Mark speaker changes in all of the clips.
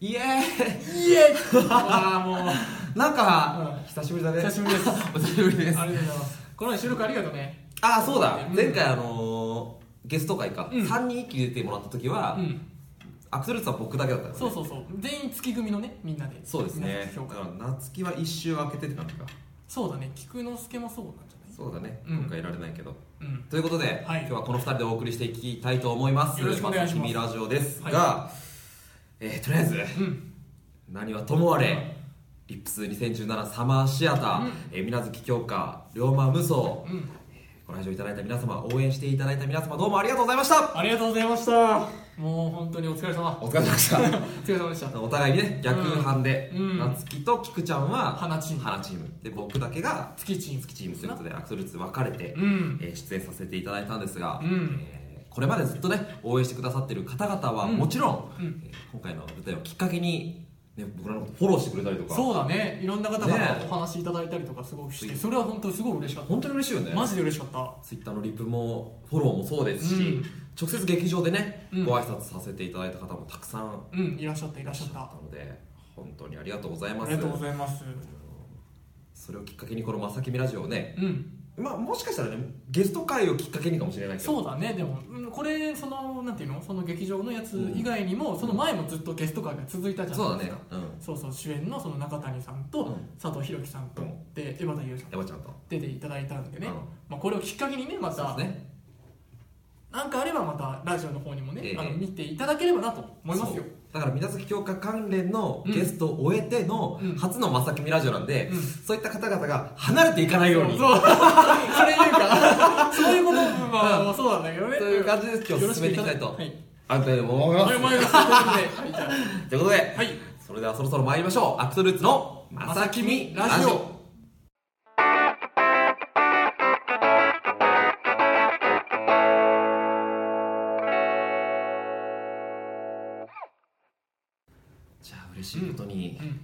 Speaker 1: イエー
Speaker 2: イエー
Speaker 1: イああもうなんか、
Speaker 2: うん
Speaker 1: 久しぶりだね
Speaker 2: 久しぶりです
Speaker 1: お久しぶりです
Speaker 2: ありがとうございますこの前収録ありがとうね
Speaker 1: ああそうだ
Speaker 2: うん
Speaker 1: 前回あのーゲスト会か、
Speaker 2: うん
Speaker 1: 3人一気に出てもらった時
Speaker 2: う
Speaker 1: は、
Speaker 2: ん
Speaker 1: アクセルツは僕だけだったから、ね、
Speaker 2: そうそうそう全員月組のねみんなで
Speaker 1: そうです
Speaker 2: 皆
Speaker 1: ね
Speaker 2: さん評価
Speaker 1: 夏希は一周開けてって感じか
Speaker 2: そうだね菊之助もそうなんじゃ
Speaker 1: そうだね、
Speaker 2: うん
Speaker 1: 今回いられないけど
Speaker 2: ないうん
Speaker 1: ということで、
Speaker 2: はい
Speaker 1: 今日はこの2人でお送りしていきたいと思います
Speaker 2: よろしくお願いします
Speaker 1: 君ラジオですが、
Speaker 2: は
Speaker 1: えーとりあえず
Speaker 2: うん
Speaker 1: 何はともあれリップス2017サマーシアター、
Speaker 2: うん
Speaker 1: えー水無月京香龍馬無双
Speaker 2: うん
Speaker 1: ご来場いただいた皆様応援していただいた皆様どうもありがとうございました
Speaker 2: ありがとうございましたもう本当にお疲れ様
Speaker 1: お疲れ様でし
Speaker 2: お疲れ様でした
Speaker 1: たお互いにね逆半で、
Speaker 2: うんうん
Speaker 1: 夏希と菊ちゃんは
Speaker 2: 花チーム
Speaker 1: 花チームで僕だけが
Speaker 2: 月チーム
Speaker 1: 月チームということでアクセルツ分かれて、
Speaker 2: うん
Speaker 1: えー出演させていただいたんですが、
Speaker 2: うん
Speaker 1: えーこれまでずっとね応援してくださってる方々は
Speaker 2: うん
Speaker 1: もちろん、
Speaker 2: うん
Speaker 1: えー今回の舞台をきっかけに、ね、僕らのことフォローしてくれたりとか
Speaker 2: そうだねいろんな方から
Speaker 1: ねえ
Speaker 2: お話いただいたりとかすごいしてそれは本当にすごい嬉しかっ
Speaker 1: 本当に嬉しいよね
Speaker 2: たマジで嬉しかった
Speaker 1: ツイッターのリプもフォローもそうですし、
Speaker 2: うん
Speaker 1: 直接劇場でね、
Speaker 2: うん
Speaker 1: ご挨拶させていただいた方もたくさんい
Speaker 2: うんいらっしゃったい
Speaker 1: ら
Speaker 2: らっ
Speaker 1: っ
Speaker 2: し
Speaker 1: し
Speaker 2: ゃ
Speaker 1: ゃ
Speaker 2: っ
Speaker 1: ったたので本当にありがとうござい
Speaker 2: あ
Speaker 1: ます
Speaker 2: りがとうございます
Speaker 1: それをきっかけにこの「まさきみラジオをね」
Speaker 2: うん
Speaker 1: まあもしかしたらねゲスト会をきっかけにかもしれないけど
Speaker 2: そうだねでもうんこれそのなんていうのその劇場のやつ以外にも、その前もずっとゲスト会が続いたじゃ
Speaker 1: そう
Speaker 2: な
Speaker 1: だ
Speaker 2: いです
Speaker 1: ね
Speaker 2: か
Speaker 1: うん
Speaker 2: そうそう主演のその中谷さん
Speaker 1: う
Speaker 2: と
Speaker 1: ん
Speaker 2: 佐藤弘樹さんと、
Speaker 1: うん
Speaker 2: で江端優さん
Speaker 1: 山ちゃんと
Speaker 2: 出ていただいたんでね、
Speaker 1: うん
Speaker 2: まあ、これをきっかけにねま
Speaker 1: そう
Speaker 2: た
Speaker 1: ですね
Speaker 2: なんかあればまたラジオの方にもね、
Speaker 1: ええ
Speaker 2: あの見ていただければなと思います
Speaker 1: そ
Speaker 2: よ
Speaker 1: うだから水無月教科関連のゲストを終えての
Speaker 2: うん
Speaker 1: 初の「まさきみラジオ」なんで、
Speaker 2: うん
Speaker 1: そういった方々が離れていかないように
Speaker 2: そうそれいう かそういうこともまあそうなんだけどね
Speaker 1: という感じです今
Speaker 2: よろ
Speaker 1: 日
Speaker 2: し
Speaker 1: 進めて
Speaker 2: く
Speaker 1: い
Speaker 2: た
Speaker 1: きたい
Speaker 2: だ
Speaker 1: と
Speaker 2: はい
Speaker 1: あんたにも思い
Speaker 2: お
Speaker 1: ま
Speaker 2: はよ
Speaker 1: す
Speaker 2: うございますということ
Speaker 1: と
Speaker 2: ではいじゃ
Speaker 1: いうことで
Speaker 2: あはい
Speaker 1: それではそろそろ参りましょうアクトルーツの「まさきみラジオ」じゃあ嬉しいことに、
Speaker 2: うん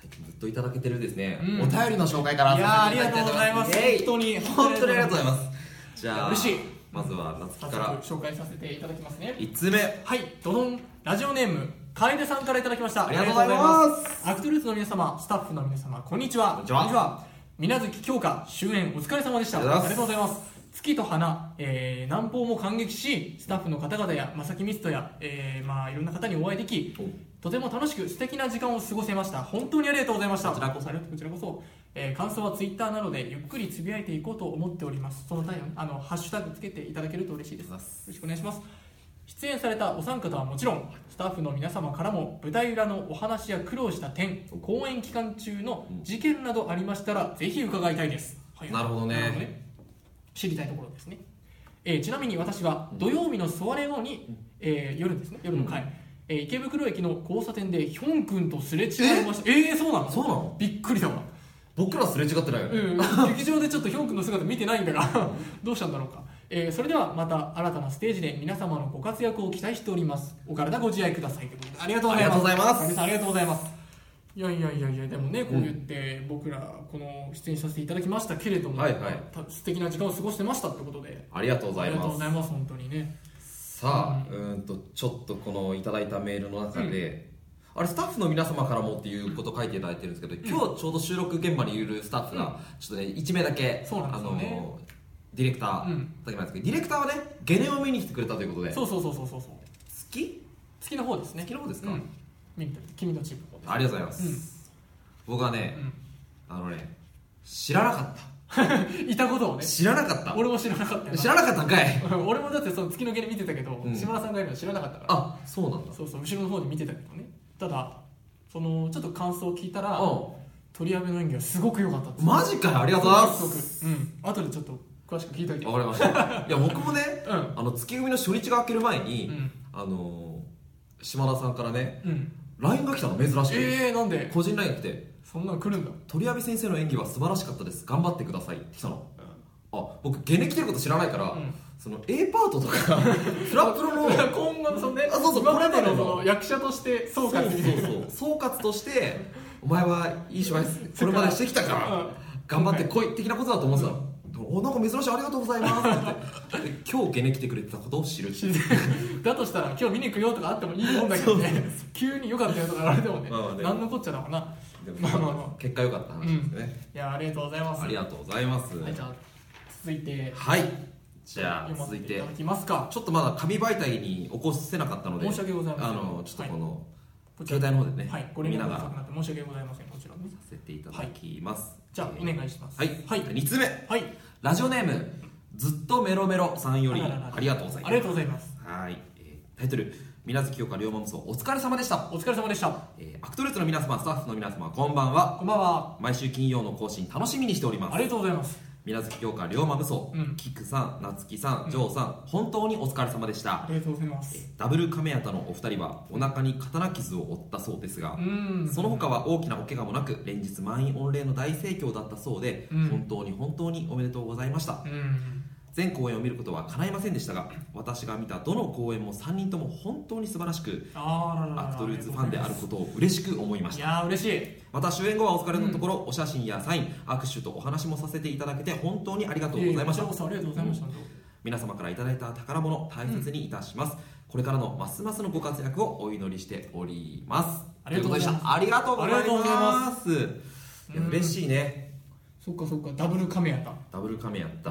Speaker 1: 最近ずっといただけてるですね、
Speaker 2: うん
Speaker 1: お便りの紹介から
Speaker 2: いやーありがとうございます
Speaker 1: イエイ
Speaker 2: 本当に
Speaker 1: 本当にありがとうございますじゃあ
Speaker 2: 嬉しい
Speaker 1: まずは夏
Speaker 2: 早
Speaker 1: 希から
Speaker 2: 速紹介させていただきますね
Speaker 1: 1通目
Speaker 2: はいドドンラジオネーム楓さんからいただきました
Speaker 1: ありがとうございます
Speaker 2: アクトルーツの皆様スタッフの皆様こんにちは
Speaker 1: こんにちは
Speaker 2: 水無月京香終演お疲れ様でした
Speaker 1: ありが
Speaker 2: ありが
Speaker 1: と
Speaker 2: とうございます月と花、えー、南方も感激しスタッフの方々や正木ミストや、えーまあ、いろんな方にお会いできとても楽しく素敵な時間を過ごせました本当にありがとうございました
Speaker 1: こちらこそ
Speaker 2: ありがとうこちらこそ、えー感想はツイッターなどでゆっくりつぶやいていこうと思っておりますその際はねあのハッシュタグつけていただけると嬉しいですよろしくお願いします出演されたお三方はもちろんスタッフの皆様からも舞台裏のお話や苦労した点公演期間中の事件などありましたらぜひ伺いたいです、はい
Speaker 1: なるほどね
Speaker 2: 知りたいところですね、えーちなみに私は土曜日のソワレ後に、えー夜ですね夜の会、えー池袋駅の交差点でヒョン君とすれ違いましたええー、そうなの
Speaker 1: そうなの
Speaker 2: びっくりだわ
Speaker 1: 僕らすれ違ってないよ
Speaker 2: う
Speaker 1: ね、
Speaker 2: ん劇場でちょっとヒョン君の姿見てないんだがどうしたんだろうか、えーそれではまた新たなステージで皆様のご活躍を期待しておりますお体ご自愛くださいということでありがとうございま
Speaker 1: あ
Speaker 2: す
Speaker 1: りがとうございます
Speaker 2: 神さんありがとうございますいやいやいやいやでもねこう言って僕らこの出演させていただきましたけれども、
Speaker 1: はいはい
Speaker 2: た素敵な時間を過ごしてましたってことで
Speaker 1: ありがとうご
Speaker 2: あ
Speaker 1: ざい
Speaker 2: りがとう
Speaker 1: ま
Speaker 2: ご
Speaker 1: す
Speaker 2: ざいます本当にね
Speaker 1: さあうーんとちょっとこのいただいたメールの中で、あれスタッフの皆様からもっていうこと書いていただいてるんですけど、今日ちょうど収録現場にいるスタッフが、ちょっとね1名だけ
Speaker 2: そうなんですよね
Speaker 1: あのディレクター、
Speaker 2: うん
Speaker 1: だけなんですけどディレクターはねゲネを見に来てくれたということで
Speaker 2: そうそうそうそうそうそう
Speaker 1: 月
Speaker 2: 月の方ですね
Speaker 1: 月の方ですか、
Speaker 2: うん君と君のチームの方
Speaker 1: ありがとうございます、僕はね、あのね知らなかっ
Speaker 2: うんいたことを
Speaker 1: た
Speaker 2: ね
Speaker 1: 知らなかった
Speaker 2: 俺も知らなかったよ
Speaker 1: 知らなかったんかい
Speaker 2: 俺もだってその月の毛で見てたけど、
Speaker 1: うん
Speaker 2: 島田さんがいるの知らなかったから
Speaker 1: あそうなんだ
Speaker 2: そうそう後ろの方で見てたけどねただそのちょっと感想を聞いたら
Speaker 1: う
Speaker 2: 鳥籔の演技はすごく良かったって
Speaker 1: んマジかよありがとうございます
Speaker 2: ごくうん後でちょっと詳しく聞いといて
Speaker 1: わかりましたいや僕もね
Speaker 2: うん
Speaker 1: あの月組の初日が明ける前に、
Speaker 2: うん
Speaker 1: あのー島田さんからね
Speaker 2: うん、
Speaker 1: LINE が来たの珍しい、
Speaker 2: ええー、なんで
Speaker 1: 個人 LINE 来て
Speaker 2: そんなの来るんだ
Speaker 1: 「鳥籔先生の演技は素晴らしかったです頑張ってください」って来たの、あ僕ゲネ来てること知らないから、
Speaker 2: うん
Speaker 1: その A パートとか フラップロの
Speaker 2: 今後のそのね
Speaker 1: あそうそう
Speaker 2: 今まで
Speaker 1: これまで
Speaker 2: の
Speaker 1: の
Speaker 2: その役者として総
Speaker 1: そうそ
Speaker 2: 括
Speaker 1: う
Speaker 2: みたいな
Speaker 1: そう総括として「お前はいい芝居すこれまでしてきたから頑張ってこい」的なことだと思ってたの、おなんか珍しいありがとうございますってで今日ゲネ来てくれてたことを知るっていう
Speaker 2: だとしたら今日見に行くよとかあってもいいもんだけどね急によかったよとか言われてもね
Speaker 1: まあまあね
Speaker 2: 何のこっちゃだろうな
Speaker 1: でも
Speaker 2: まあまあま
Speaker 1: 結果良かった話ですね、
Speaker 2: いやありがとうございます
Speaker 1: ありがとうございます
Speaker 2: はいじゃあ続いて
Speaker 1: はいじゃあ
Speaker 2: 読ま
Speaker 1: 続
Speaker 2: せ
Speaker 1: い
Speaker 2: てい
Speaker 1: て
Speaker 2: ただきますか
Speaker 1: ちょっとまだ紙媒体に起こせなかったので
Speaker 2: 申し訳ございません
Speaker 1: あのちょっとこの、
Speaker 2: こちら
Speaker 1: 携帯の方でね、
Speaker 2: はいご連
Speaker 1: 見
Speaker 2: 絡
Speaker 1: な
Speaker 2: が
Speaker 1: が
Speaker 2: 遅く
Speaker 1: ら
Speaker 2: なって申し訳ございませんこちらね
Speaker 1: させていただきます、
Speaker 2: じゃあお願いします
Speaker 1: はい、
Speaker 2: はい
Speaker 1: 2つ目
Speaker 2: はい
Speaker 1: ラジオネームずっとメロメロさんより
Speaker 2: あららら
Speaker 1: ありがとうござい
Speaker 2: あ
Speaker 1: ま
Speaker 2: りが
Speaker 1: す
Speaker 2: とうございます
Speaker 1: はい、えータイトル水無月岡龍馬武装お疲れ様でした、
Speaker 2: お疲れ様でした
Speaker 1: えーアクトルーツの皆様スタッフの皆様こんばんは
Speaker 2: こんばんは
Speaker 1: 毎週金曜の更新楽しみにしております
Speaker 2: ありがとうございます
Speaker 1: 水月京花龍馬武装、
Speaker 2: うん
Speaker 1: キクさん夏木さんジョーさん、本当にお疲れ様でした
Speaker 2: ありがとうございます
Speaker 1: えダブル亀タのお二人はお腹に刀傷を負ったそうですが
Speaker 2: う、ん
Speaker 1: その他は大きなお怪我もなく連日満員御礼の大盛況だったそうで、
Speaker 2: うん
Speaker 1: 本当に本当におめでとうございました
Speaker 2: うん
Speaker 1: 全公演を見ることは叶いませんでしたが私が見たどの公演も3人とも本当に素晴らしく
Speaker 2: あーらららら
Speaker 1: アクトルーツファンであることを嬉しく思いました
Speaker 2: いやー嬉しい
Speaker 1: また主演後はお疲れのところ、お写真やサイン握手とお話もさせていただけて本当にありがとうございました
Speaker 2: ややこちらこそありがとうございました
Speaker 1: 皆様からいただいた宝物大切にいたします、これからのますますのご活躍をお祈りしております
Speaker 2: ありがとうございます
Speaker 1: ありがとうござい
Speaker 2: ありがとうござい
Speaker 1: ま
Speaker 2: ます
Speaker 1: いや嬉しいね
Speaker 2: そっかそっかダブルカメやった
Speaker 1: ダブルカメやった、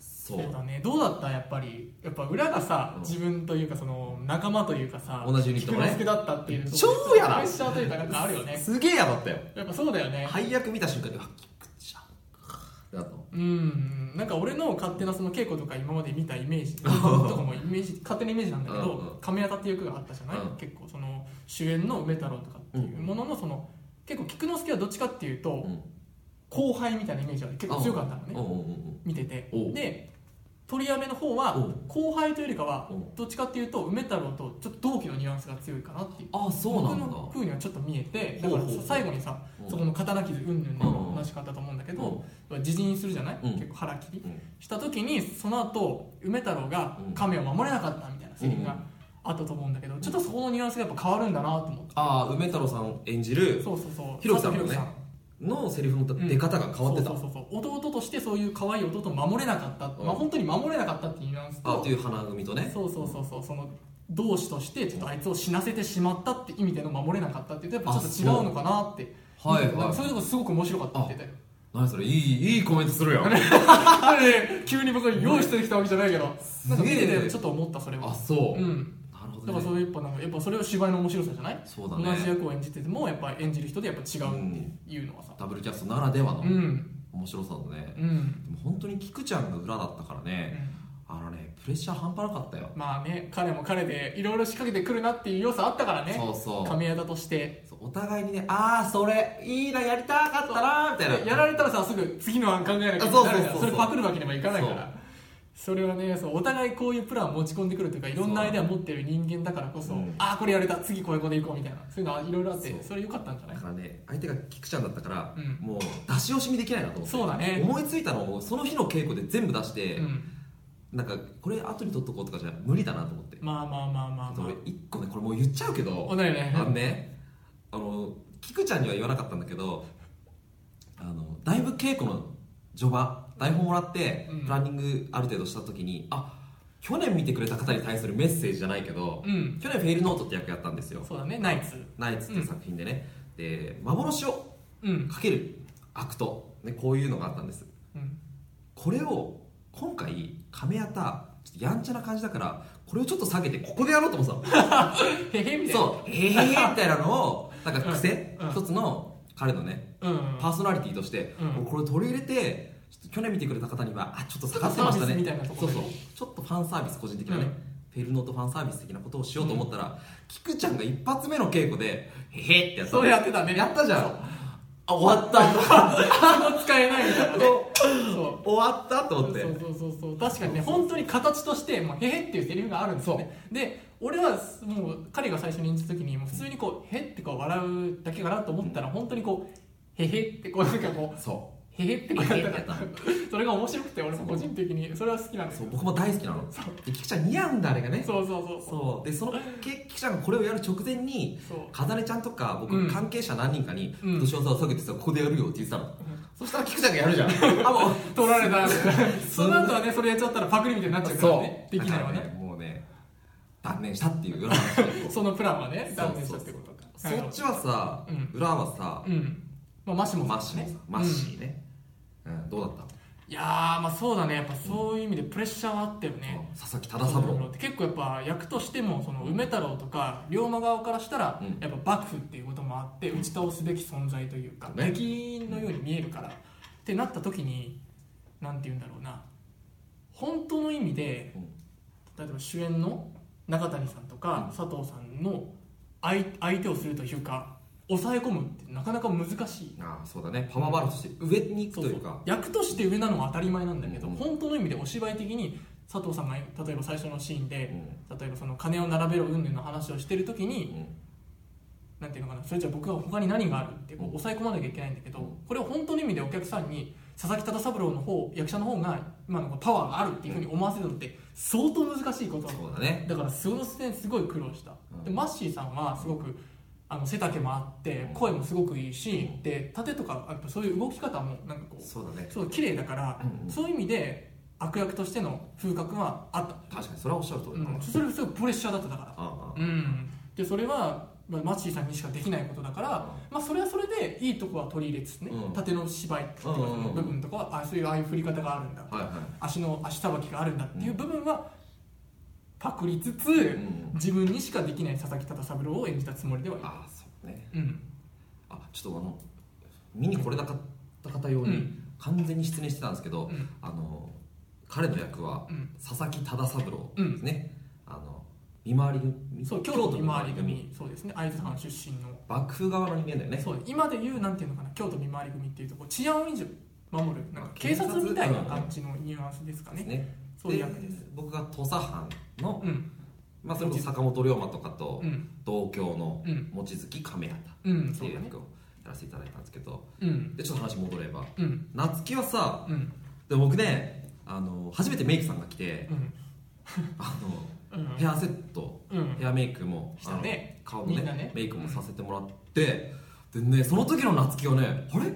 Speaker 1: そう
Speaker 2: そうだねどうだったやっぱりやっぱ裏がさ、
Speaker 1: うん
Speaker 2: 自分というかその仲間というかさ
Speaker 1: 同じユニットのね
Speaker 2: 菊之助だったっていう
Speaker 1: 超やな
Speaker 2: プレッシャーというかなんかあるよね
Speaker 1: すげえやばったよ
Speaker 2: やっぱそうだよね、
Speaker 1: 配役見た瞬間にうわキクちゃんだと
Speaker 2: うんなんか俺の勝手なその稽古とか今まで見たイメ ージとかもイメージ勝手なイメージなんだけ
Speaker 1: うんう
Speaker 2: ど亀谷田っていう役があったじゃない、
Speaker 1: うん
Speaker 2: 結構その主演の梅太郎とかっていうもののその結構菊之助はどっちかっていうと、
Speaker 1: ん
Speaker 2: 後輩みたいなイメージが結構強かったのね、
Speaker 1: うんうん
Speaker 2: 見てて
Speaker 1: おう
Speaker 2: で取りやめの方は
Speaker 1: おう
Speaker 2: 後輩というよりかは
Speaker 1: おう
Speaker 2: どっちかっていうと梅太郎とちょっと同期のニュアンスが強いかなっていう
Speaker 1: ああそうなんだ
Speaker 2: 僕の風にはちょっと見えてだから
Speaker 1: ほうほうほう
Speaker 2: 最後にさ
Speaker 1: うん
Speaker 2: そこの刀傷うんぬんの話があったと思うんだけ
Speaker 1: うん
Speaker 2: ど自陣するじゃない
Speaker 1: うん
Speaker 2: 結構腹切り
Speaker 1: うん
Speaker 2: した時にその後梅太郎が
Speaker 1: うん
Speaker 2: 亀を守れなかったみたいなセリフ
Speaker 1: うん
Speaker 2: があったと思うんだけどちょっとそこのニュアンスがやっぱ変わるんだなと思って
Speaker 1: ああ梅太郎さん演じる
Speaker 2: そうそうそう
Speaker 1: ひろきさんもね
Speaker 2: 佐藤ひろき
Speaker 1: のセリフの出方が変わってた、
Speaker 2: そうそうそうそう弟としてそういう可愛い弟を守れなかった、
Speaker 1: うん
Speaker 2: まあ本当に守れなかったっていうニュアンス
Speaker 1: あ
Speaker 2: と
Speaker 1: という花組とね
Speaker 2: そうそうそうそうその同志としてちょっとあいつを死なせてしまったって意味での守れなかったっていうとやっぱちょっと違うのかなって
Speaker 1: はい
Speaker 2: なんか
Speaker 1: は
Speaker 2: そういうとこすごく面白かったって言って
Speaker 1: い何それいいいいコメントするやん
Speaker 2: たよで急に僕は用意してきたわけじゃないけどなんか見て
Speaker 1: すげえ
Speaker 2: てちょっと思ったそれ
Speaker 1: あ
Speaker 2: は
Speaker 1: そう、
Speaker 2: う
Speaker 1: なる
Speaker 2: ん
Speaker 1: ほ
Speaker 2: だ
Speaker 1: どね
Speaker 2: からそれやっぱなんかやっぱそれは芝居の面白さじゃない、
Speaker 1: そう
Speaker 2: 同
Speaker 1: だね
Speaker 2: じ役を演じててもやっぱ演じる人でやっぱ違うっていうのはさ
Speaker 1: ダブルキャストならではの
Speaker 2: うん
Speaker 1: 面白さだね、
Speaker 2: うん、うん
Speaker 1: でも本当に菊ちゃんが裏だったからねあのねプレッシャー半端なかったよ、
Speaker 2: まあね彼も彼でいろいろ仕掛けてくるなっていう要素あったからね
Speaker 1: そうそう
Speaker 2: 神枝として
Speaker 1: そうお互いにねああそれいいなやりたかったなみたいな
Speaker 2: やられたらさすぐ次の案考えなきゃいけない
Speaker 1: あそう
Speaker 2: か
Speaker 1: そうそう
Speaker 2: らそれパクるわけにもいかないからそれはねそうお互いこういうプランを持ち込んでくるというかいろんなアイデア持ってる人間だからこそ、
Speaker 1: うん
Speaker 2: ああこれやれた次こういうこといこうみたいなそういうのはいろいろあっ
Speaker 1: そ
Speaker 2: て
Speaker 1: う
Speaker 2: それ良かったんじゃない
Speaker 1: だからね相手が菊ちゃんだったから、
Speaker 2: うん
Speaker 1: もう出し惜しみできないなと思って
Speaker 2: そうだね
Speaker 1: 思いついたのをその日の稽古で全部出して、
Speaker 2: うん、
Speaker 1: なんかこれ後に取っとこうとかじゃ無理だなと思って、
Speaker 2: まあまあまあまあ
Speaker 1: あと
Speaker 2: ま
Speaker 1: 俺一個ねこれもう言っちゃうけど
Speaker 2: あおだよね
Speaker 1: あのねあの菊ちゃんには言わなかったんだけどあのだいぶ稽古の序盤台本もらって
Speaker 2: うん
Speaker 1: プランニングある程度した時に、あ去年見てくれた方に対するメッセージじゃないけど、
Speaker 2: うん
Speaker 1: 去年フェイルノートって役やったんですよ
Speaker 2: そうだねナイツ
Speaker 1: ナイツっていう作品でね、で幻を
Speaker 2: うん、
Speaker 1: かける悪と、ね、こういうのがあったんです
Speaker 2: うん、
Speaker 1: これを今回亀やたちょっとやんちゃな感じだからこれをちょっと下げてここでやろうと思ってたの
Speaker 2: へへみたいな
Speaker 1: そう、ええみたいなのを、なんか癖、
Speaker 2: うんうん
Speaker 1: 一つの彼のね、
Speaker 2: う、ん、
Speaker 1: パーソナリティとして、
Speaker 2: うん
Speaker 1: もうこれ取り入れて、ちょっと去年見てくれた方には、あ、ちょっと下がってましたね。
Speaker 2: ちょっとサービスみたいなと
Speaker 1: そ
Speaker 2: こ
Speaker 1: う
Speaker 2: ろで
Speaker 1: そう。ちょっとファンサービス、個人的なね、
Speaker 2: うん
Speaker 1: フェルノートファンサービス的なことをしようと思ったら、菊ちゃんが一発目の稽古で、へへってやったの。
Speaker 2: そうやってたね
Speaker 1: やったじゃん。あ、終わった。
Speaker 2: あ使えないみたいなねそう
Speaker 1: 終わったと思って。
Speaker 2: そうそうそうそう確かにね本当に形として「もうへへ」っていうセリフがあるんですよねで俺はもう彼が最初に演じた時にもう普通にこう「へ」ってこう笑うだけかなと思ったら本当にこう「へへ」ってこうなんかこ
Speaker 1: そう
Speaker 2: 「へへ」ってこうやったか
Speaker 1: へ
Speaker 2: らそれが面白くて俺も個人的にそれは好きなんです
Speaker 1: そう
Speaker 2: よ
Speaker 1: 僕も大好きなの。で、菊ちゃん似合うんだ、あれがね。
Speaker 2: そうそうそうそう
Speaker 1: そう。で、その、け菊ちゃんがこれをやる直前に、
Speaker 2: そう
Speaker 1: かざねちゃんとか僕
Speaker 2: うん
Speaker 1: 関係者何人かに「
Speaker 2: うん
Speaker 1: 年をさ下げてさここでやるよ」って言ってたの、そしたら菊ちゃんがや るじゃんあもう
Speaker 2: 取られたその後はねそれやっちゃったらパクリみたいになっちゃうからねできないわ
Speaker 1: だから
Speaker 2: ね
Speaker 1: もうね断念したっていう裏話 が一個
Speaker 2: そのプランはね断念したってことか
Speaker 1: そうそうそうそっちはさ、
Speaker 2: うん
Speaker 1: 裏はさ、
Speaker 2: うんまあマシも
Speaker 1: マッシ
Speaker 2: そう
Speaker 1: ー
Speaker 2: だ
Speaker 1: さ
Speaker 2: ね
Speaker 1: んマッシーね、うんどうだった、
Speaker 2: うんいやーまあそうだねやっぱそういう意味でプレッシャーはあったよね、
Speaker 1: うん佐々木忠三郎
Speaker 2: 結構やっぱ役としてもその梅太郎とか龍馬側からしたら
Speaker 1: うん
Speaker 2: やっぱ幕府っていうこともあって打ち倒すべき存在というか
Speaker 1: ね
Speaker 2: 敵のように見えるからってなった時になんて言うんだろうな本当の意味で
Speaker 1: うん
Speaker 2: 例えば主演の中谷さんとか佐藤さんの相相手をするというか抑え込むってなかなか難しい
Speaker 1: ああそうだねパワーバランスとして上に行く
Speaker 2: そ
Speaker 1: と
Speaker 2: う
Speaker 1: い
Speaker 2: そうう
Speaker 1: か
Speaker 2: 役として上なのは当たり前なんだけど、
Speaker 1: うん
Speaker 2: 本当の意味でお芝居的に佐藤さんが例えば最初のシーンで、
Speaker 1: う
Speaker 2: 例えばその金を並べろ云々の話をしてる時に、なんていうのかなそれじゃあ僕は他に何があるってこう
Speaker 1: うん
Speaker 2: 抑え込まなきゃいけないんだけど、
Speaker 1: うん
Speaker 2: これを本当の意味でお客さんに佐々木忠三郎の方役者の方が今のパワーがあるっていうふうに思わせるのって相当難しいこと
Speaker 1: そうだね
Speaker 2: だからその点すごい苦労した、
Speaker 1: うん
Speaker 2: でマッシーさんはすごくあの背丈もあって声もすごくいいし、
Speaker 1: うん
Speaker 2: で盾とかやっぱそういう動き方もなんかこう
Speaker 1: そうだね
Speaker 2: そう綺麗だから、
Speaker 1: うんうん
Speaker 2: そういう意味で悪役としての風格はあった、
Speaker 1: 確かにそれはおっしゃる通
Speaker 2: う
Speaker 1: りだな、
Speaker 2: ん、それすごいプレッシャーだっただから
Speaker 1: あ
Speaker 2: うんでそれは、まあ、マッチーさんにしかできないことだから、
Speaker 1: あ
Speaker 2: まあ、それはそれでいいとこは取り入れつつね、
Speaker 1: うん
Speaker 2: 縦の芝居っていうか
Speaker 1: うんうんうん
Speaker 2: 部分とかはあそういうああいう振り方があるんだ
Speaker 1: ああはいは
Speaker 2: 足の足さばきがあるんだっていう部分はパクりつつ、
Speaker 1: い、うん、
Speaker 2: 自分にしかできない佐々木忠三郎を演じたつもりではいる
Speaker 1: ああそうね
Speaker 2: うん
Speaker 1: あちょっとあの見に来れなかった方用
Speaker 2: う
Speaker 1: に
Speaker 2: ん
Speaker 1: 完全に失念してたんですけど、
Speaker 2: うん
Speaker 1: あの彼の役は
Speaker 2: うん
Speaker 1: 佐々木忠三郎ですね、あの見回り組
Speaker 2: そう京都見回り組そうですね会津藩出身の、
Speaker 1: 幕府側の人間だよね
Speaker 2: そう今で言うなんていうのかな京都見回り組っていうとこう治安を維持守るなんか
Speaker 1: あ
Speaker 2: 警
Speaker 1: 警察
Speaker 2: 察みたいな感じのニュアンスですか
Speaker 1: です
Speaker 2: ね
Speaker 1: ね
Speaker 2: そういう役です
Speaker 1: 僕が土佐藩の、
Speaker 2: うん
Speaker 1: まあ、それこそ坂本龍馬とかと
Speaker 2: うん
Speaker 1: 同郷の
Speaker 2: うん
Speaker 1: 望月亀畑
Speaker 2: うん
Speaker 1: って
Speaker 2: そう
Speaker 1: いう
Speaker 2: だね
Speaker 1: 役をやらせていただいたんですけど
Speaker 2: うん
Speaker 1: でちょっと話戻れば
Speaker 2: うん
Speaker 1: 夏希はさ
Speaker 2: うん
Speaker 1: で僕ねあの初めてメイクさんが来て
Speaker 2: うん
Speaker 1: あ
Speaker 2: う
Speaker 1: の
Speaker 2: ん
Speaker 1: ヘアセット
Speaker 2: うん
Speaker 1: ヘアメイクも
Speaker 2: したね
Speaker 1: あの顔のね
Speaker 2: みんなね
Speaker 1: メイクもさせてもらって、でねその時の夏希はねあれ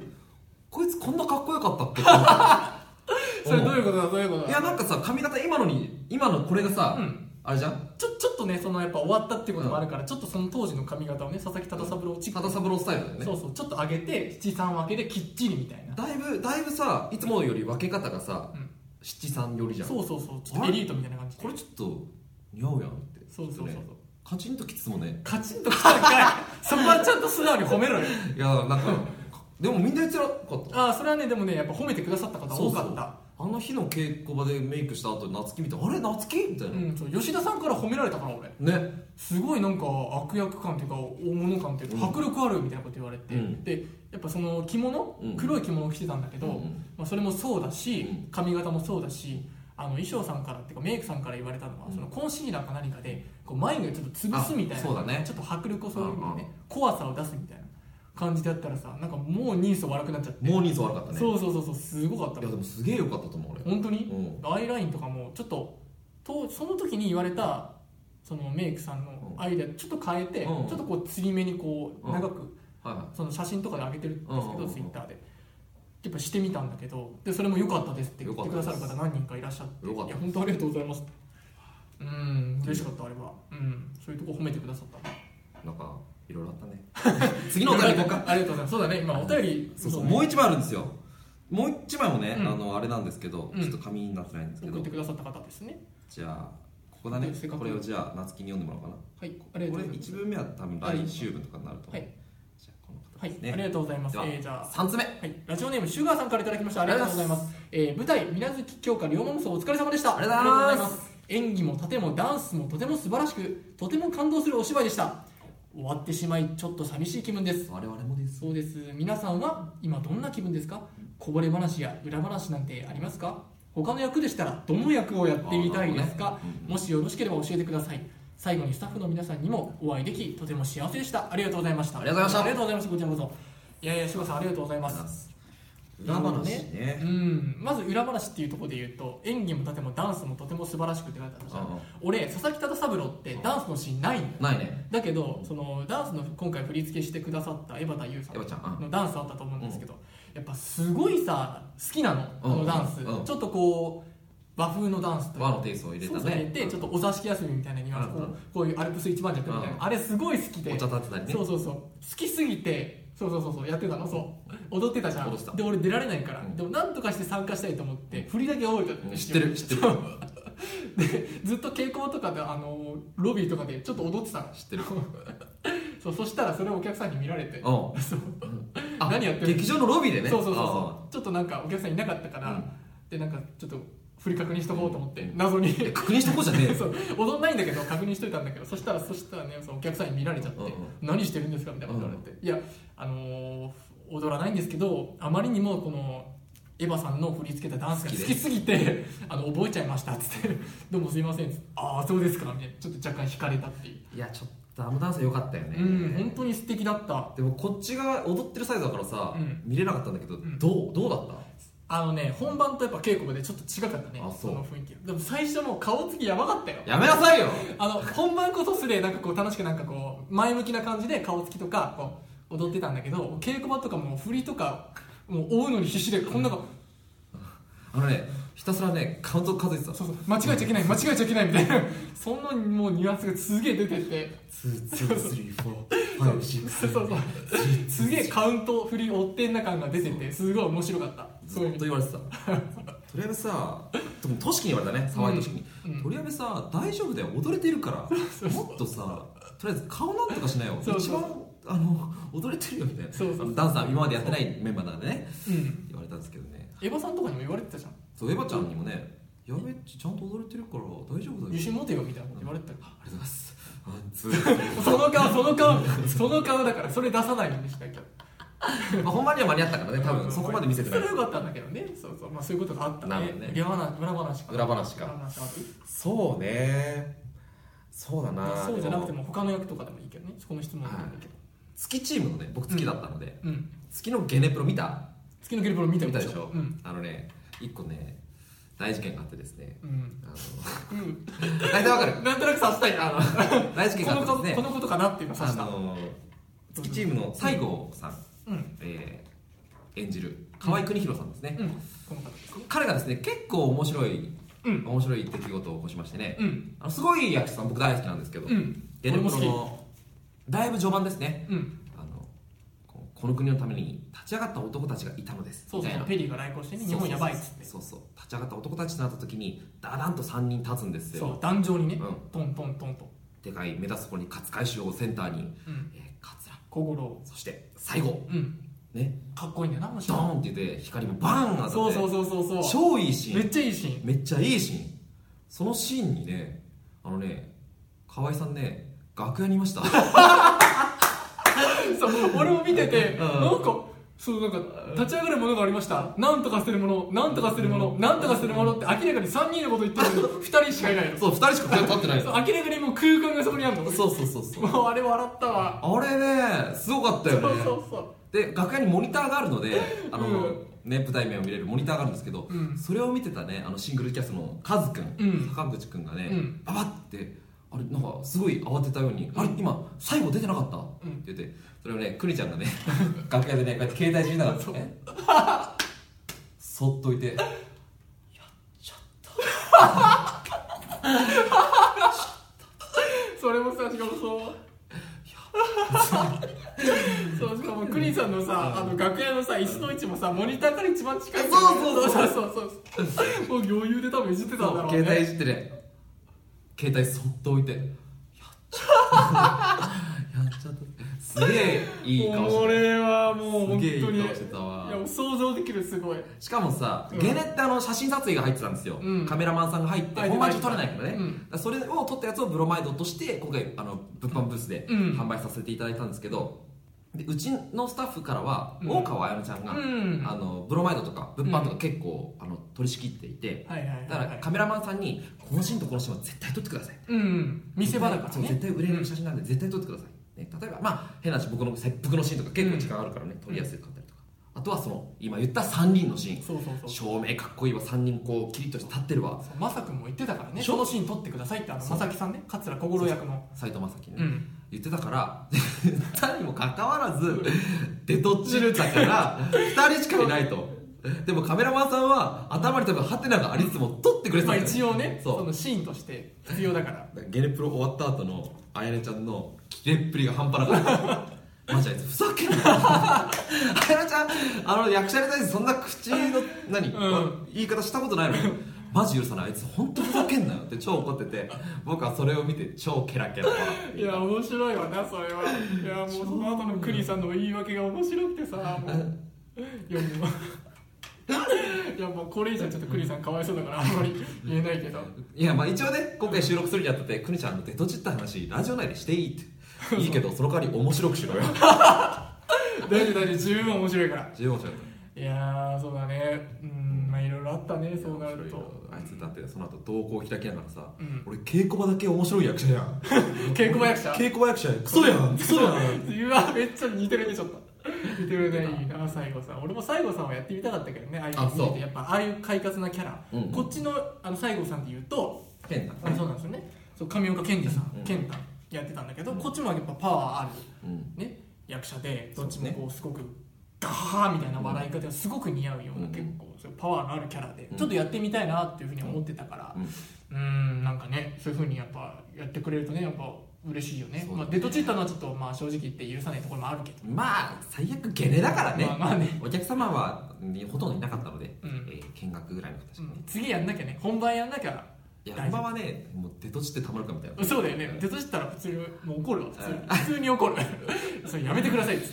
Speaker 1: こいつこんなかっこよかったっけ
Speaker 2: それどういうことだどういうこと
Speaker 1: い
Speaker 2: だ
Speaker 1: やなんかさ髪型今のに今のこれがさ、
Speaker 2: うん
Speaker 1: あれじゃん
Speaker 2: ちょちょっとねそのやっぱ終わったってこともあるから、ちょっとその当時の髪型をね佐々木忠三郎チック
Speaker 1: 肌サブロースタイルだよね
Speaker 2: そうそうちょっと上げて七三分けできっちりみたいな
Speaker 1: だいぶだいぶさいつもより分け方がさ、
Speaker 2: うん
Speaker 1: 七三よりじゃんこ
Speaker 2: そうそうそうちょっとエリートみたいな感じで
Speaker 1: れちょっと似合うやんって
Speaker 2: そうそうそうそう
Speaker 1: ねカチンときつもんね
Speaker 2: カチンときたんかい そこはちゃんと素直に褒めろよ
Speaker 1: いやな んかでもみんなやってなかった
Speaker 2: ああそれはねでもねやっぱ褒めてくださった方多かった
Speaker 1: あの日の稽古場でメイクした後夏希見てあれ夏希みたいな、
Speaker 2: うんそう吉田さんから褒められたから俺
Speaker 1: ね
Speaker 2: すごいなんか悪役感というか大物感というか
Speaker 1: うん
Speaker 2: 迫力あるみたいなこと言われて、
Speaker 1: うん
Speaker 2: でやっぱその着物、
Speaker 1: うん
Speaker 2: 黒い着物を着てたんだけど、
Speaker 1: うんうん
Speaker 2: まあ、それもそうだし
Speaker 1: うん
Speaker 2: 髪型もそうだしあの衣装さんからっていうかメイクさんから言われたのは、
Speaker 1: うん
Speaker 2: そのコンシーラーか何かでこう眉毛をちょっと潰すみたい
Speaker 1: あ
Speaker 2: な
Speaker 1: そうだね
Speaker 2: ちょっと迫力をそういう意味でね、
Speaker 1: うんうん
Speaker 2: 怖さを出すみたいな感じだったらさなんかもう人相悪くなっちゃって
Speaker 1: もう人数悪かったね
Speaker 2: そうそうそうそうすごかった
Speaker 1: いやでもすげえ良かったと思う俺
Speaker 2: 本当に、
Speaker 1: うん
Speaker 2: アイラインとかもちょっととその時に言われたそのメイクさんのアイデアちょっと変えて、
Speaker 1: うん
Speaker 2: ちょっとこう継ぎ目にこう
Speaker 1: うん
Speaker 2: 長く
Speaker 1: はいは
Speaker 2: その写真とかで上げてるんですけ
Speaker 1: うんうんうん
Speaker 2: ど
Speaker 1: うん
Speaker 2: ツイッターでやっぱしてみたんだけどでそれも良かったですって言って
Speaker 1: 良
Speaker 2: く
Speaker 1: か
Speaker 2: だ
Speaker 1: った
Speaker 2: さ
Speaker 1: で
Speaker 2: る
Speaker 1: す
Speaker 2: 方何人かいらっしゃって
Speaker 1: 良かった
Speaker 2: いや本当ありがとうございますうん嬉しかったあれはうんそういうとこ褒めてくださった
Speaker 1: いなんかいろいろあったね 次のお便り行こうか
Speaker 2: ありがとうございますそうだね今お便り
Speaker 1: そうそう
Speaker 2: ね
Speaker 1: もう一枚あるんですよもう一枚もね、
Speaker 2: うん
Speaker 1: あのあれなんですけど、
Speaker 2: うん
Speaker 1: ちょっと紙になってないんですけ
Speaker 2: 送
Speaker 1: ど
Speaker 2: ってくださった方ですね
Speaker 1: じゃあここだね
Speaker 2: せっかく
Speaker 1: これをじゃあ夏希に読んでもらおうかな
Speaker 2: はいありがと
Speaker 1: こ
Speaker 2: うござ
Speaker 1: れ
Speaker 2: います
Speaker 1: 1文目は多分来週分とかになると思う、
Speaker 2: はい
Speaker 1: じゃあこの方
Speaker 2: はい
Speaker 1: ですね、
Speaker 2: ありがとうございます
Speaker 1: では
Speaker 2: えーじゃあ
Speaker 1: 3つ目
Speaker 2: はい、ラジオネームシュガーさんからいただきましたありがとうございますえー舞台「水無月京花龍馬無双」お疲れ様でした
Speaker 1: ありがとうございます
Speaker 2: 演技も盾もダンスもとても素晴らしくとても感動するお芝居でした終わってしまいちょっと寂しい気分です
Speaker 1: 我々もです
Speaker 2: そうです皆さんは今どんな気分ですかこぼれ話や裏話なんてありますか他の役でしたらどの役をやってみたいです
Speaker 1: あ
Speaker 2: か、
Speaker 1: ーなるほどねうん
Speaker 2: もしよろしければ教えてください最後にスタッフの皆さんにもお会いできとても幸せでしたありがとうございました
Speaker 1: ありがとうございました
Speaker 2: ありがとうございましたこちらこそいやいや志保さんありがとうございます
Speaker 1: ありがとうございます裏話ね
Speaker 2: うん、まず裏話っていうところで言うと演技もとてもダンスもとても素晴らしくってなったじゃん
Speaker 1: あ
Speaker 2: 俺佐々木忠三郎ってダンスのシーンないんだよ
Speaker 1: あないね
Speaker 2: だけどそのダンスの今回振り付けしてくださった江端優さ
Speaker 1: エヴァちゃん
Speaker 2: んのダンスあったと思うんですけど、やっぱすごいさ好きなのあ
Speaker 1: うん
Speaker 2: のダンス、
Speaker 1: うん
Speaker 2: ちょっとこう和風のダンスという
Speaker 1: 和の
Speaker 2: か
Speaker 1: テイストを入れ
Speaker 2: そ
Speaker 1: た
Speaker 2: うそう入れ
Speaker 1: ね
Speaker 2: てちょっとお座敷休みみたいなニュアンス
Speaker 1: うん
Speaker 2: こうこういうアルプス一番弱みたいな
Speaker 1: うん
Speaker 2: あれすごい好きで
Speaker 1: お茶立てたりね
Speaker 2: そうそうそう好きすぎてそうそうそうそうやってたのそう踊ってたじゃ
Speaker 1: 踊ってた
Speaker 2: んで俺出られないから、
Speaker 1: うん
Speaker 2: でもなんとかして参加したいと思って振りだけ覚えたの
Speaker 1: 知ってる知ってる
Speaker 2: そうでずっと稽古場とかであのロビーとかでちょっと踊ってたの
Speaker 1: 知ってる
Speaker 2: そうそしたらそれをお客さんに見られて、
Speaker 1: うん
Speaker 2: そう
Speaker 1: あ
Speaker 2: 何やってる
Speaker 1: 劇場のロビーでね
Speaker 2: そうそうそう
Speaker 1: あ
Speaker 2: そうちょっとなんかお客さんいなかったから、
Speaker 1: うん
Speaker 2: でなんかちょっと振り確認しとこうと思って、
Speaker 1: うん
Speaker 2: 謎に
Speaker 1: あえ確認しとこうじゃねえよ
Speaker 2: そう踊んないんだけど確認しといたんだけどそしたらそしたらねそのお客さんに見られちゃって、
Speaker 1: うんうん
Speaker 2: 何してるんですかみたいなこと言われて、いやあのー踊らないんですけどあまりにもこのエヴァさんの振り付けたダンスが好
Speaker 1: 好きで
Speaker 2: きすぎて あの覚えちゃいましたっつって 「どうもすいません」っつって「ああそうですか」みたいなちょっと若干惹かれたっていう、
Speaker 1: いやちょっとあのダンス良かったよね
Speaker 2: うん本当に素敵だった
Speaker 1: でもこっちが踊ってるサイズだからさ、
Speaker 2: うん
Speaker 1: 見れなかったんだけど、
Speaker 2: ん
Speaker 1: どうどうだっ
Speaker 2: あのね本番とやっぱ稽古場でちょっと違かったね
Speaker 1: あそう
Speaker 2: の雰囲気でも最初もう顔つきやばかったよ
Speaker 1: たやめなさいよ
Speaker 2: あの本番こそすれなんかこう楽しくなんかこう前向きな感じで顔つきとかこう踊ってたんだけど稽古場とかもう振りとかもう追うのに必死でこんなが
Speaker 1: あのねひたすらねカウント数えてた
Speaker 2: そうそう間違えちゃいけない間違えちゃいけないみ たいなそんなもうニュアンスがすげえ出てて そうそう
Speaker 1: 2234567
Speaker 2: すげえカウント振り追ってんな感が出ててすごい面白かった
Speaker 1: ず
Speaker 2: そういう
Speaker 1: っ
Speaker 2: 意
Speaker 1: と
Speaker 2: 味で
Speaker 1: 言われてたとりあえずさでもトシキに言われたね沢井トシキに、
Speaker 2: うん
Speaker 1: とりあえずさ大丈夫だよ踊れてるからもっとさとりあえず顔なんとかしなよ
Speaker 2: そうそう
Speaker 1: 一番あの踊れてるよみたいな
Speaker 2: そうそうそう
Speaker 1: あのダンサー今までやってないメンバーなんでね
Speaker 2: うん
Speaker 1: 言われたんですけどね
Speaker 2: エヴァさんとかにも言われてたじゃん
Speaker 1: そうエヴァちゃんにもね「やべっちちゃんと踊れてるから大丈夫だよ」ありが
Speaker 2: 自
Speaker 1: と
Speaker 2: 信持てよみたいなこと言われてた
Speaker 1: うございますワンツ
Speaker 2: その顔その顔その顔だからそれ出さないようにしたけど
Speaker 1: ー まあ本番には間に合ったからね多分そこまで見せてな
Speaker 2: そ
Speaker 1: い
Speaker 2: れはよかったんだけどねそうそうまあそういうことがあった
Speaker 1: なる
Speaker 2: ね
Speaker 1: ほどね
Speaker 2: 裏話裏話か
Speaker 1: 裏話か
Speaker 2: 裏話あ
Speaker 1: そうねそうだ
Speaker 2: る
Speaker 1: な
Speaker 2: そうじゃなくて
Speaker 1: も
Speaker 2: も他の役とかでもいいけどねそこの質問でもいいんだけど
Speaker 1: 月チームのね僕月だったので、
Speaker 2: うん
Speaker 1: 月のゲネプロ見た
Speaker 2: 月のゲルプロ見た
Speaker 1: 見たでしょ、
Speaker 2: うん
Speaker 1: あのね一個ね大事件があってですね
Speaker 2: うん
Speaker 1: あの
Speaker 2: うん
Speaker 1: 大体わかる
Speaker 2: なんとなくさしたいなあの
Speaker 1: 大事件があ
Speaker 2: こ
Speaker 1: っ
Speaker 2: のこ
Speaker 1: てです
Speaker 2: こ
Speaker 1: ね
Speaker 2: のことかなっていうのさ
Speaker 1: あ
Speaker 2: した
Speaker 1: の月チームの西郷さん、
Speaker 2: うん
Speaker 1: えー演じる河合邦弘さんですね、
Speaker 2: うんこの方です
Speaker 1: 彼がですね結構面白い、
Speaker 2: うん
Speaker 1: 面白い出来事を起こしましてね、
Speaker 2: うん
Speaker 1: あのすごい役者さん僕大好きなんですけど、
Speaker 2: うん
Speaker 1: ゲネプロ
Speaker 2: 俺も
Speaker 1: のだいぶ序盤ですね
Speaker 2: うん
Speaker 1: あのここの国のために立ち上がった男たちがいたのです
Speaker 2: そう
Speaker 1: み
Speaker 2: そ
Speaker 1: たいな
Speaker 2: うペリーが来航してね日本やばいっつって
Speaker 1: そうそうそうそう立ち上がった男たちになった時にだだんと3人立つんです
Speaker 2: そ
Speaker 1: よ
Speaker 2: う壇上にね
Speaker 1: うん
Speaker 2: トントントンと
Speaker 1: でかい目立つところに勝海舟をセンターに、
Speaker 2: うん
Speaker 1: えー桂
Speaker 2: 小五郎
Speaker 1: そして最後
Speaker 2: うん
Speaker 1: ね
Speaker 2: かっこいいんだよなも
Speaker 1: ドーンって言って光もバーン当たって
Speaker 2: そうそうそうそうそう
Speaker 1: 超いいシーン
Speaker 2: めっちゃいいシーン
Speaker 1: めっちゃいいシーンそのシーンにねあのね河合さんね楽屋にいました
Speaker 2: そう俺も見てて、
Speaker 1: うん
Speaker 2: なんかそうなんか立ち上がるものがありましたなんとかするものなんとかするものなんとかするものって明らかに3人のこと言ってるのに2 人しかいない のそ
Speaker 1: そう2人しか手立ってないの
Speaker 2: う明らかにもう空間がそこにあるの
Speaker 1: そうそうそうそう
Speaker 2: もうあれ笑ったわ
Speaker 1: あれねすごかった
Speaker 2: そ
Speaker 1: よ
Speaker 2: う
Speaker 1: ね
Speaker 2: そうそう
Speaker 1: で楽屋にモニターがあるのであの、
Speaker 2: うん
Speaker 1: ね舞台面を見れるモニターがあるんですけど、
Speaker 2: うん
Speaker 1: それを見てたねあのシングルキャストのカズくん、
Speaker 2: うん
Speaker 1: 坂口くんがね、
Speaker 2: うん
Speaker 1: ババってあれなんかすごい慌てたように「あれ今最後出てなかった?」
Speaker 2: うん
Speaker 1: って言ってそれをねくにちゃんがね 楽屋でねこうやって携帯いじりながらねそっといて「やっちゃ
Speaker 2: それもさしかもそうそうしかもクリンさんのさあの楽屋のさ椅子の位置もさモニターから一番近いそうそうそうそうそうそうもう余裕で多分いじってたんだろう
Speaker 1: った
Speaker 2: ね
Speaker 1: 携帯いじってね携帯そっと置いて「やっちゃった」「やっちゃ った」すげえいい顔して
Speaker 2: こ
Speaker 1: た
Speaker 2: れはもう本
Speaker 1: すげえいい
Speaker 2: 当
Speaker 1: 顔
Speaker 2: に
Speaker 1: してたわ
Speaker 2: いや想像できるすごい
Speaker 1: しかもさ、
Speaker 2: うん
Speaker 1: ゲネってあの写真撮影が入ってたんですよ、
Speaker 2: うん
Speaker 1: カメラマンさんが入って
Speaker 2: 入っ
Speaker 1: 本
Speaker 2: て
Speaker 1: 番中撮れないからね、
Speaker 2: う
Speaker 1: だ
Speaker 2: ん
Speaker 1: からそれを撮ったやつをブロマイドとして今回あの物販ブースで
Speaker 2: うん
Speaker 1: 販売させていただいたんですけど、うでうちのスタッフからは
Speaker 2: うん
Speaker 1: 大川彩乃ちゃんが、
Speaker 2: うん
Speaker 1: あのブロマイドとか物販とか結構、あの取り仕切っていて
Speaker 2: はいはいはい、はい、
Speaker 1: だからカメラマンさんに「このシーンとこのシーンは絶対撮ってください」
Speaker 2: うん見せ場だから
Speaker 1: そう
Speaker 2: ね
Speaker 1: 絶対売れる写真なんで絶対撮ってください、ね、例えばまあ変な話僕の切腹のシーンとか結構時間あるからね、撮りやすかったりとかあとはその今言った3人のシーン
Speaker 2: そうそうそうそ
Speaker 1: 照
Speaker 2: う
Speaker 1: 明かっこいいわ3人こうキリッとして立ってるわ
Speaker 2: まさくんも言ってたからね
Speaker 1: そう
Speaker 2: そのシーン撮ってくださいってあの
Speaker 1: そう
Speaker 2: まさきさんね桂小五郎役の
Speaker 1: 斎藤正樹ね、
Speaker 2: うん
Speaker 1: 言ってたから2にもかかわらず出とっちるんだから2人しかいないとでもカメラマンさんは頭に多分ハテナがありつつも撮ってくれて
Speaker 2: ま
Speaker 1: た
Speaker 2: あ
Speaker 1: んだ
Speaker 2: 一
Speaker 1: よ
Speaker 2: 応ね
Speaker 1: そう
Speaker 2: そのシーンとして必要だから
Speaker 1: ゲネプロ終わった後のあやねちゃんのキレっぷりが半端なかったマジあいつふざけんなあやねちゃんあの役者に対してそんな口の何、
Speaker 2: うん
Speaker 1: 言い方したことないのにマジ許さないあいつ本当ふざけんなよって超怒ってて僕はそれを見て超ケラケラ笑って
Speaker 2: いや面白いわなそれはいやもうその後のクリさんの言い訳が面白くてさ もういやもういやもうこれ以上ちょっとクリさんかわいそうだからあんまり言えないけど
Speaker 1: いやまあ一応ね今回収録するにあたってくにちゃんの出とじった話ラジオ内でしていいっていいけどその代わり面白くしろよ
Speaker 2: 大丈夫大丈夫十分面白いから
Speaker 1: 十分面白い
Speaker 2: いやー そうだねうんまあいろいろあったねそうな
Speaker 1: 面
Speaker 2: る
Speaker 1: 白いよ
Speaker 2: と
Speaker 1: あいつだってその後同行開きながらさ、
Speaker 2: うん
Speaker 1: 俺稽古場だけ面白い役者やん
Speaker 2: 稽古場役者
Speaker 1: 稽古場役者やんクソやんクソやん
Speaker 2: うわめっちゃ似てるねちょっと似てるねいいな西郷さん俺も西郷さんはやってみたかったけどねああいう
Speaker 1: あそう
Speaker 2: 見ててやっぱああいう快活なキャラ、
Speaker 1: うんうん
Speaker 2: こっちのあの西郷さんっていうと
Speaker 1: 変な
Speaker 2: あそうなんですよねそう上岡健二さん、
Speaker 1: うん
Speaker 2: 健太やってたんだけど、
Speaker 1: うん
Speaker 2: こっちもやっぱパワーあ
Speaker 1: うん
Speaker 2: る、ね、役者でどっちもこうすごくガハーみたいな笑い方がすごく似合うような、
Speaker 1: うん
Speaker 2: 結構そういうパワーのあるキャラで、
Speaker 1: うん
Speaker 2: ちょっとやってみたいなっていうふうに思ってたから
Speaker 1: うん
Speaker 2: うんんなんかねそういうふうにやっぱやってくれるとねやっぱ嬉しいよね
Speaker 1: そうだね
Speaker 2: まあ、デトチったのはちょっとまあ正直言って許さないところもあるけど
Speaker 1: まあ最悪ゲネだからね,、
Speaker 2: まあまあね
Speaker 1: お客様はねほとんどいなかったので、
Speaker 2: うん
Speaker 1: えー見学ぐらいの形で
Speaker 2: う
Speaker 1: ね、
Speaker 2: ん次やんなきゃね本番やんなきゃ
Speaker 1: いや
Speaker 2: 大丈夫
Speaker 1: 本番はねもう出とじってたまるかみたいな
Speaker 2: そうだよね
Speaker 1: ん
Speaker 2: デトチったら普通にもう怒るわ普通に普通に怒る それやめてくださいっつっ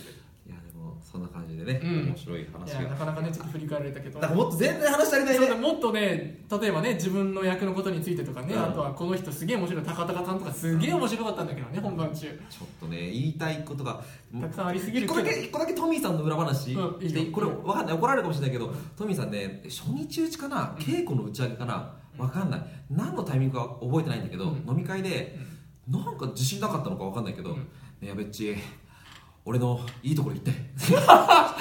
Speaker 1: い
Speaker 2: て
Speaker 1: やでもそんな感じでね、
Speaker 2: うん
Speaker 1: 面白い話
Speaker 2: いやな
Speaker 1: が
Speaker 2: かなかねちょっと振り返られたけど
Speaker 1: だからもっと全然話足りない
Speaker 2: そうだ
Speaker 1: ね
Speaker 2: もっとね例えばね自分の役のことについてとかね、
Speaker 1: うん
Speaker 2: あとはこの人すげえ面白い高高さんとかすげえ面白かったんだけどね本番中
Speaker 1: ちょっとね言いたいことが
Speaker 2: たくさんありすぎる
Speaker 1: 一
Speaker 2: け
Speaker 1: 個
Speaker 2: ど
Speaker 1: だけ一個だけトミーさんの裏話
Speaker 2: うんいいよ
Speaker 1: でこれわかんない怒られるかもしれないけどトミーさんね初日打ちかな稽古の打ち上げかなわかんない何のタイミングか覚えてないんだけど、
Speaker 2: うん
Speaker 1: 飲み会でなんか自信なかったのかわかんないけど、
Speaker 2: うん
Speaker 1: ねやべっち俺のいいところ行って なんか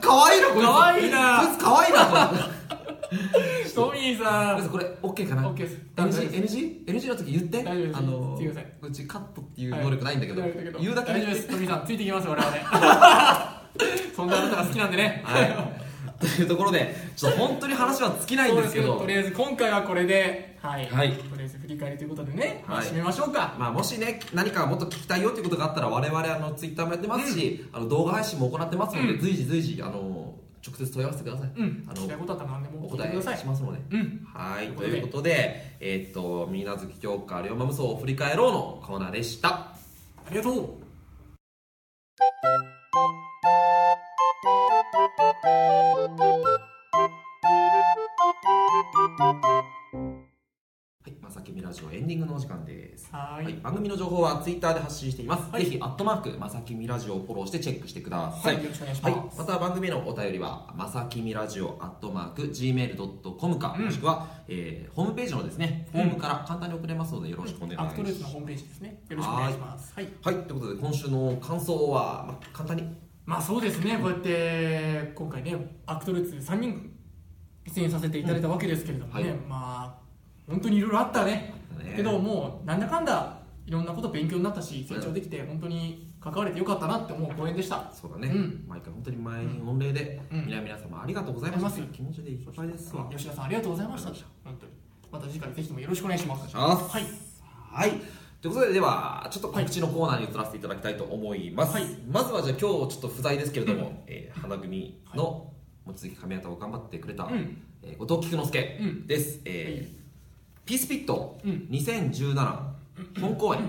Speaker 1: 可愛いなこいつ
Speaker 2: 可愛いな
Speaker 1: こいつ可愛いな と思って
Speaker 2: トミーさ
Speaker 1: まず
Speaker 2: ん
Speaker 1: これ OK かな
Speaker 2: OK です
Speaker 1: NG?NG の時言って
Speaker 2: 大丈夫です
Speaker 1: あの
Speaker 2: 言ってくださ
Speaker 1: うちカットっていう能力ないんだけど、
Speaker 2: はい大丈夫
Speaker 1: 言うだけ
Speaker 2: 大
Speaker 1: 言って
Speaker 2: 丈夫ですトミーさんついてきます我々 そんなあなたが好きなんでね
Speaker 1: はい、というところでちょっと本当に話は尽きないんですけ
Speaker 2: そう
Speaker 1: ど
Speaker 2: とりあえず今回はこれではい、
Speaker 1: はい
Speaker 2: とりあえず振り返りということでね、
Speaker 1: はい
Speaker 2: 締めましょうか
Speaker 1: まあ、もしね何かもっと聞きたいよということがあったら我々あのツイッターもやってますし、あの動画配信も行ってますので、
Speaker 2: うん
Speaker 1: 随時随時あの直接問い合わせてください、
Speaker 2: うん
Speaker 1: あ
Speaker 2: 聞きたい
Speaker 1: の
Speaker 2: ことあったら何でも
Speaker 1: お
Speaker 2: 聞い
Speaker 1: 答
Speaker 2: てくださ
Speaker 1: え
Speaker 2: い
Speaker 1: しますので
Speaker 2: うん
Speaker 1: はい
Speaker 2: と
Speaker 1: と
Speaker 2: い
Speaker 1: いうう
Speaker 2: こ
Speaker 1: ことでえーっと「みんな好き教科龍馬無双を振り返ろう」のコーナーでした
Speaker 2: ありがとう
Speaker 1: はい、まさきみラジオエンディングのお時間です。
Speaker 2: はーい
Speaker 1: 番組の情報はツイッターで発信しています。
Speaker 2: はい
Speaker 1: ぜひ、アットマーク、まさきみラジオをフォローしてチェックしてくだ
Speaker 2: は
Speaker 1: さ
Speaker 2: い、
Speaker 1: い。
Speaker 2: よろしくお願いし
Speaker 1: はい
Speaker 2: ま、す、
Speaker 1: また番組へのお便りは、まさきみラジオアットマーク、gmail.com か、もしくは、えーホームページのですね、フォームから簡単に送れますので、よろしくお願いし
Speaker 2: ア
Speaker 1: ます。
Speaker 2: クトルーズのホームページですねよろしくお願いしますはい
Speaker 1: はい、ということで、今週の感想は、まあ、簡単に、
Speaker 2: まあそうですねこうやって今回ねアクトルーツ3人出演させていただいたわけですけれどもね、
Speaker 1: はい
Speaker 2: まあ本当にいろいろあったね
Speaker 1: ね
Speaker 2: けどもうなんだかんだいろんなこと勉強になったし成長できて本当に関われてよかったなって思う公演でした
Speaker 1: そうだね、
Speaker 2: うん
Speaker 1: 毎回本当に満員御礼で、
Speaker 2: うん
Speaker 1: 皆々様ありがとうございま
Speaker 2: あり
Speaker 1: す。
Speaker 2: がと
Speaker 1: 気持ちでいっぱいですわ。
Speaker 2: 吉田さんありがとうございました
Speaker 1: ありが
Speaker 2: 本当にまた次回ぜひともよろしくお願いします
Speaker 1: お願いします
Speaker 2: はい
Speaker 1: はい。ということで、では、ちょっと告知のコーナーに移らせていただきたいと思います。
Speaker 2: はい
Speaker 1: まずは、じゃあ今日ちょっと不在ですけれども、えー花組の望月神谷を頑張ってくれた、
Speaker 2: うん
Speaker 1: えー後藤菊之助
Speaker 2: うん
Speaker 1: です。えーピースピット
Speaker 2: うん
Speaker 1: 2017本公演、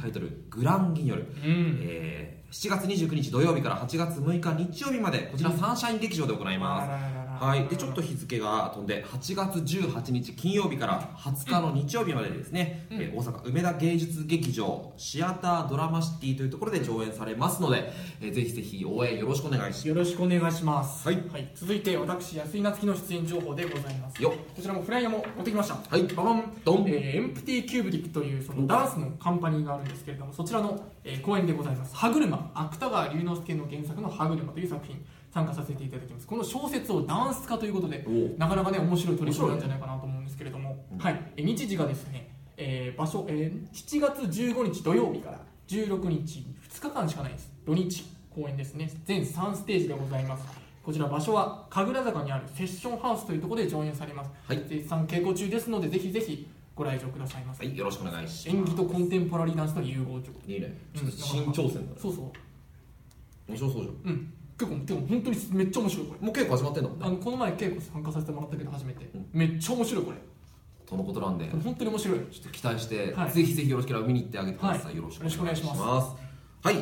Speaker 1: タイトル「グランギニョル」
Speaker 2: うん
Speaker 1: えー7月29日土曜日から8月6日日曜日までこちらサンシャイン劇場で行います
Speaker 2: あらららら
Speaker 1: はい、でちょっと日付が飛んで8月18日金曜日から20日の日曜日までですね、
Speaker 2: うん
Speaker 1: えー大阪梅田芸術劇場シアタードラマシティというところで上演されますので、えーぜひぜひ応援よろしくお願いしま
Speaker 2: よろしくお願いします。
Speaker 1: はい
Speaker 2: 続いて私安井夏樹の出演情報でございます。
Speaker 1: すよ
Speaker 2: こちらもフライヤーも持ってきました。
Speaker 1: はい
Speaker 2: ババン。
Speaker 1: ドン
Speaker 2: えーエンプティキューブリックというそのダンスのカンパニーがあるんですけれども、そちらの、えー公演でございます。歯車、芥川龍之介の原作の歯車という作品。参加させていただきますこの小説をダンス化ということで
Speaker 1: おお
Speaker 2: なかなかね面白い取り組みなんじゃないかなと思うんですけれども、はい、え日時がですね、えー場所、えー7月15日土曜日から16日2日間しかないです土日公演ですね全3ステージがございますこちら場所は神楽坂にあるセッションハウスというところで上演されます、
Speaker 1: はい
Speaker 2: 絶賛稽古中ですのでぜひぜひご来場くださいませ、
Speaker 1: はいよろしくお願いし
Speaker 2: 演技とコンテンポラリーダンスの融合ということで
Speaker 1: いいねちょっと新挑戦だね
Speaker 2: そうそう
Speaker 1: 面白そうじ
Speaker 2: うん結構でも本当にめっちゃ面白いこれ
Speaker 1: ゃんもう稽古始まってんだもん
Speaker 2: あ
Speaker 1: ね
Speaker 2: のこの前稽古参加させてもらったけど初めて、
Speaker 1: うん
Speaker 2: めっちゃ面白いこれ
Speaker 1: とのことなんで
Speaker 2: 本当に面白い
Speaker 1: ちょっと期待して、
Speaker 2: はい
Speaker 1: ぜひぜひよろしければ見に行ってあげてください、
Speaker 2: はい
Speaker 1: よろしくお願いします
Speaker 2: よろしくお
Speaker 1: はい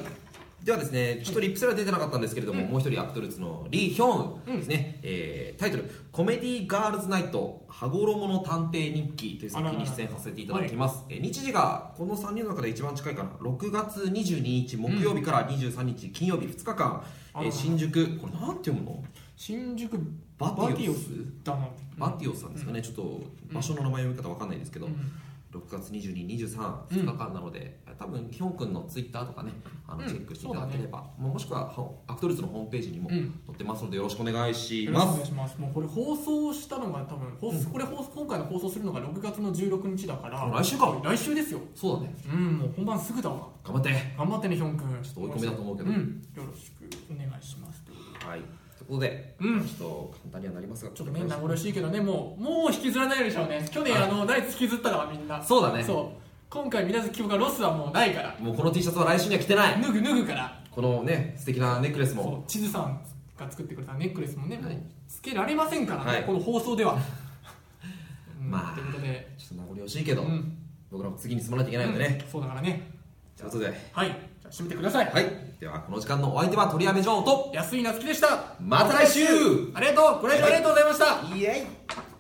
Speaker 1: ではですねちょっとリップスラ出てなかったんですけれども、もう一人アクトルーツのリ・ヒョンウンですね、えータイトル「コメディガールズナイト羽衣の探偵日記」という作品に出演させていただきます、えー日時がこの3人の中で一番近いかな6月22日木曜日から23日金曜日2日間、
Speaker 2: あ
Speaker 1: え
Speaker 2: ら
Speaker 1: ー新宿これなんて読むの
Speaker 2: 新宿
Speaker 1: バティオス
Speaker 2: だな
Speaker 1: バティオスさんですかね、ちょっと場所の名前読み方わかんないですけど、
Speaker 2: うん
Speaker 1: 6月22、23、2日間なので、多分きょんくんのツイッターとかね、あの
Speaker 2: うん
Speaker 1: チェックしていただければ、もうもしくはほアクトルーズのホームページにも
Speaker 2: う
Speaker 1: 載
Speaker 2: ん
Speaker 1: ってますので、よろしくお願いし
Speaker 2: よろしく
Speaker 1: ま
Speaker 2: お
Speaker 1: す
Speaker 2: 願い。しますもうこれ放送したのが多分放送これ放送今回の放送するのが6月の16日だから
Speaker 1: あ来週か
Speaker 2: 来週ですよ
Speaker 1: そうだね、
Speaker 2: うんもう本番すぐだわ
Speaker 1: 頑張って。
Speaker 2: 頑張ってねヒョン君ちょ
Speaker 1: っと追い込みだと思うけど
Speaker 2: ん、よろしくお願いします
Speaker 1: はい、ということで、
Speaker 2: うん
Speaker 1: ちょっと簡単にはなりますが、
Speaker 2: ちょっとね名残惜しいけどねもうもう引きずらないでしょうね去年あのナイツ引きずったからみんな
Speaker 1: そうだね
Speaker 2: そう今回水無月希望がロスはもうないから
Speaker 1: もうこの T シャツは来週には着てない、
Speaker 2: 脱ぐ脱ぐから
Speaker 1: このね、素敵なネックレスも、
Speaker 2: そう地図さんが作ってくれたネックレスもね、
Speaker 1: はい
Speaker 2: もうつけられませんからね、
Speaker 1: はい
Speaker 2: この放 送では。うん
Speaker 1: まあ
Speaker 2: ということで、
Speaker 1: ちょっと名残惜しいけど、
Speaker 2: うん
Speaker 1: 僕らも次に進まないといけないのでね。
Speaker 2: うんそうだからね、
Speaker 1: ということで、
Speaker 2: はい、じゃあ締めてください。
Speaker 1: はい、ではこの時間のお相手は鳥谷部城と、
Speaker 2: 安井なつきでした。
Speaker 1: また来週
Speaker 2: ありがとう、ご来場ありがとうございました。
Speaker 1: イエイ